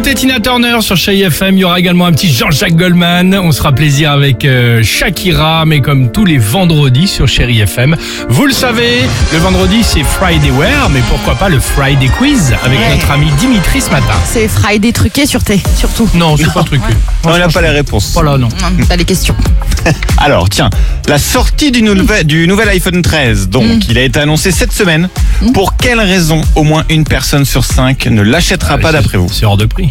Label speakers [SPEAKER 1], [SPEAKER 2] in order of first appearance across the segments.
[SPEAKER 1] C'était Tina Turner sur Chez FM. Il y aura également un petit Jean-Jacques Goldman. On sera plaisir avec euh, Shakira, mais comme tous les vendredis sur Chéri FM. Vous le savez, le vendredi c'est Friday Wear, mais pourquoi pas le Friday Quiz avec
[SPEAKER 2] Ouais.
[SPEAKER 1] notre ami Dimitri ce matin.
[SPEAKER 2] C'est Friday truqué sur T, surtout.
[SPEAKER 1] Non, c'est pas truqué.
[SPEAKER 3] Non, il n'a pas les réponses.
[SPEAKER 1] Voilà, non.
[SPEAKER 2] Non, Hum, T'as les questions.
[SPEAKER 3] Alors, tiens, la sortie du, nouvel- du nouvel iPhone 13, donc,
[SPEAKER 2] Mm.
[SPEAKER 3] il a été annoncé cette semaine. Pour quelle raison au moins une personne sur cinq ne l'achètera
[SPEAKER 1] Ah,
[SPEAKER 3] pas d'après vous
[SPEAKER 1] C'est hors de prix.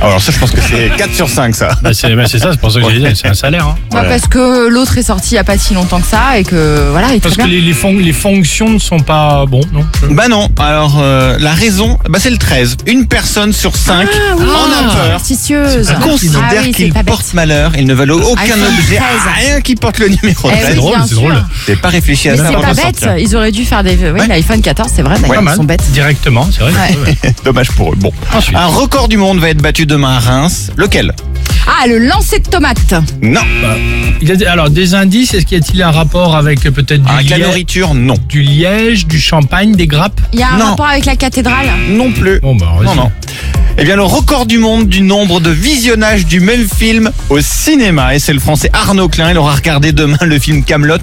[SPEAKER 3] Alors ça, je pense que c'est 4 sur 5, ça.
[SPEAKER 1] Bah, c'est bah, c'est ça, c'est pour ça que j'ai dit, c'est un salaire. hein.
[SPEAKER 2] Bah, Parce que l'autre est sorti il n'y a pas si longtemps que ça et que voilà, il est
[SPEAKER 1] Parce
[SPEAKER 2] très
[SPEAKER 1] que
[SPEAKER 2] bien.
[SPEAKER 1] les, les fon- les fonctions ne sont pas bon, non
[SPEAKER 3] Bah non, alors euh, la raison, bah c'est le 13. Une personne sur 5 en a peur.
[SPEAKER 2] Ah, Superstitieuse.
[SPEAKER 3] Considère
[SPEAKER 2] Ah oui, c'est
[SPEAKER 3] qu'il
[SPEAKER 2] pas bête. Ah,
[SPEAKER 3] porte malheur, il ne valent aucun
[SPEAKER 2] iPhone
[SPEAKER 3] objet,
[SPEAKER 2] 13.
[SPEAKER 3] rien qui porte le numéro
[SPEAKER 2] Eh
[SPEAKER 3] 13.
[SPEAKER 2] oui,
[SPEAKER 1] drôle,
[SPEAKER 2] bien
[SPEAKER 1] c'est
[SPEAKER 2] sûr.
[SPEAKER 1] drôle.
[SPEAKER 3] J'ai pas réfléchi à
[SPEAKER 2] Mais
[SPEAKER 3] ça
[SPEAKER 2] c'est
[SPEAKER 3] avant de
[SPEAKER 2] pas
[SPEAKER 3] le
[SPEAKER 2] bête,
[SPEAKER 3] sortir.
[SPEAKER 2] ils auraient dû faire des. Oui,
[SPEAKER 3] Ouais.
[SPEAKER 2] l'iPhone 14, c'est vrai,
[SPEAKER 1] Pas
[SPEAKER 2] d'ailleurs, ils
[SPEAKER 1] mal.
[SPEAKER 2] sont bêtes.
[SPEAKER 1] Directement, c'est vrai.
[SPEAKER 2] Ouais.
[SPEAKER 1] Ouais, ouais.
[SPEAKER 3] Dommage pour eux. Bon.
[SPEAKER 1] Ensuite.
[SPEAKER 3] Un record du monde va être battu demain à Reims. Lequel
[SPEAKER 2] Ah, le lancer de tomates.
[SPEAKER 3] Non.
[SPEAKER 1] Il y a des- alors des indices, est-ce qu'il y a-t-il un rapport avec euh, peut-être
[SPEAKER 2] Ah,
[SPEAKER 1] du,
[SPEAKER 3] Avec la
[SPEAKER 1] liè-
[SPEAKER 3] Ah, nourriture, non.
[SPEAKER 1] du liège, du champagne, des grappes
[SPEAKER 2] Il y a un
[SPEAKER 3] Non.
[SPEAKER 2] rapport avec la cathédrale.
[SPEAKER 3] Non plus.
[SPEAKER 1] Bon bah
[SPEAKER 3] Non, non. Eh bien, le record du monde du nombre de visionnages du même film au cinéma. Et c'est le français Arnaud Klein. Il aura regardé demain le film Camelot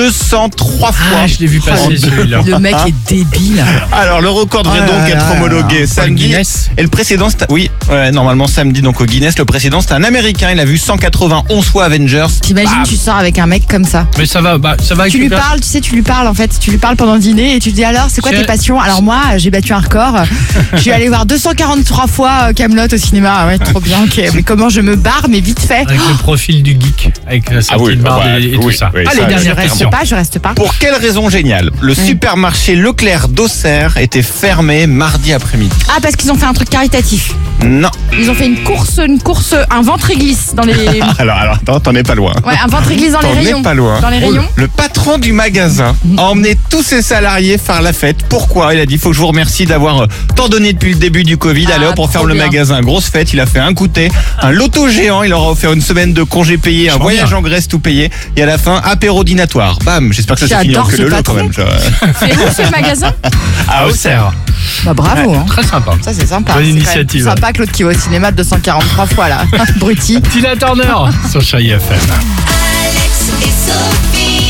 [SPEAKER 3] 203 fois.
[SPEAKER 1] Ah, je l'ai vu
[SPEAKER 3] En
[SPEAKER 1] passer
[SPEAKER 3] deux.
[SPEAKER 1] celui-là.
[SPEAKER 2] Le mec est débile.
[SPEAKER 3] Alors, le record devrait
[SPEAKER 1] Ah là
[SPEAKER 3] donc
[SPEAKER 1] là
[SPEAKER 3] être
[SPEAKER 1] là.
[SPEAKER 3] homologué
[SPEAKER 1] Paul
[SPEAKER 3] samedi.
[SPEAKER 1] Guinness.
[SPEAKER 3] Et le précédent, c'est- oui, ouais, normalement samedi, donc au Guinness, le précédent, c'était un Américain. Il a vu 191 fois Avengers.
[SPEAKER 2] T'imagines,
[SPEAKER 3] Bam.
[SPEAKER 2] tu sors avec un mec comme ça.
[SPEAKER 1] Mais ça va, bah, ça
[SPEAKER 3] Ah,
[SPEAKER 1] va. avec
[SPEAKER 2] Tu
[SPEAKER 1] le
[SPEAKER 2] lui
[SPEAKER 1] père-
[SPEAKER 2] parles, tu sais, tu lui parles en fait. Tu lui parles pendant le dîner et tu lui dis alors, c'est quoi
[SPEAKER 1] C'est-
[SPEAKER 2] tes passions Alors moi, j'ai battu un record. Je suis allé voir 243 fois euh, Camelot au cinéma. Ah Ouais, trop bien. ok. Mais comment je me barre, mais vite fait.
[SPEAKER 1] Avec le profil du geek, avec euh, sa
[SPEAKER 3] Ah oui,
[SPEAKER 1] petite barbe
[SPEAKER 3] bah,
[SPEAKER 1] et, et tout
[SPEAKER 3] oui,
[SPEAKER 1] ça.
[SPEAKER 3] oui,
[SPEAKER 1] Allez,
[SPEAKER 3] ça,
[SPEAKER 2] Je
[SPEAKER 1] dernière
[SPEAKER 2] reste
[SPEAKER 1] question.
[SPEAKER 2] pas, je reste pas.
[SPEAKER 3] Pour quelle raison géniale Le
[SPEAKER 1] Hmm.
[SPEAKER 3] supermarché Leclerc d'Auxerre était fermé mardi après-midi.
[SPEAKER 2] Ah, parce qu'ils ont fait un truc caritatif.
[SPEAKER 3] Non.
[SPEAKER 2] Ils ont fait une course, une course, un ventre église dans les. Ouais,
[SPEAKER 3] Alors, alors, attends, t'en es pas loin.
[SPEAKER 2] un ventre église dans les
[SPEAKER 3] T'en
[SPEAKER 2] rayons.
[SPEAKER 3] es pas loin.
[SPEAKER 2] Dans les rayons.
[SPEAKER 3] Le patron du magasin a emmené tous ses salariés faire la fête. Pourquoi Il a dit faut que je vous remercie d'avoir euh, tant donné depuis le début du Covid.
[SPEAKER 2] Ah,
[SPEAKER 3] Allez hop, on
[SPEAKER 2] trop
[SPEAKER 3] ferme le
[SPEAKER 2] bien.
[SPEAKER 3] magasin. Grosse fête. Il a fait un goûter, un loto géant. Il leur a offert une semaine de congé payé, un
[SPEAKER 1] J'en
[SPEAKER 3] voyage
[SPEAKER 1] viens.
[SPEAKER 3] en Grèce tout payé. Et à la fin, apéro dînatoire. Bam J'espère que ça s'est fini en
[SPEAKER 2] J'adore
[SPEAKER 3] que
[SPEAKER 2] ce
[SPEAKER 3] le lot
[SPEAKER 2] patron.
[SPEAKER 3] quand même. ça.
[SPEAKER 2] C'est où ce magasin
[SPEAKER 1] Ah, Auxerre.
[SPEAKER 2] Bah bravo. hein.
[SPEAKER 1] Très sympa.
[SPEAKER 2] Ça c'est
[SPEAKER 1] Bonne
[SPEAKER 2] sympa. C'est quand même
[SPEAKER 1] initiative.
[SPEAKER 2] Sympa Claude qui va au cinéma 243 fois là. Bruti.
[SPEAKER 1] Tina Turner sur Chérie FM.
[SPEAKER 4] Alex et Sophie.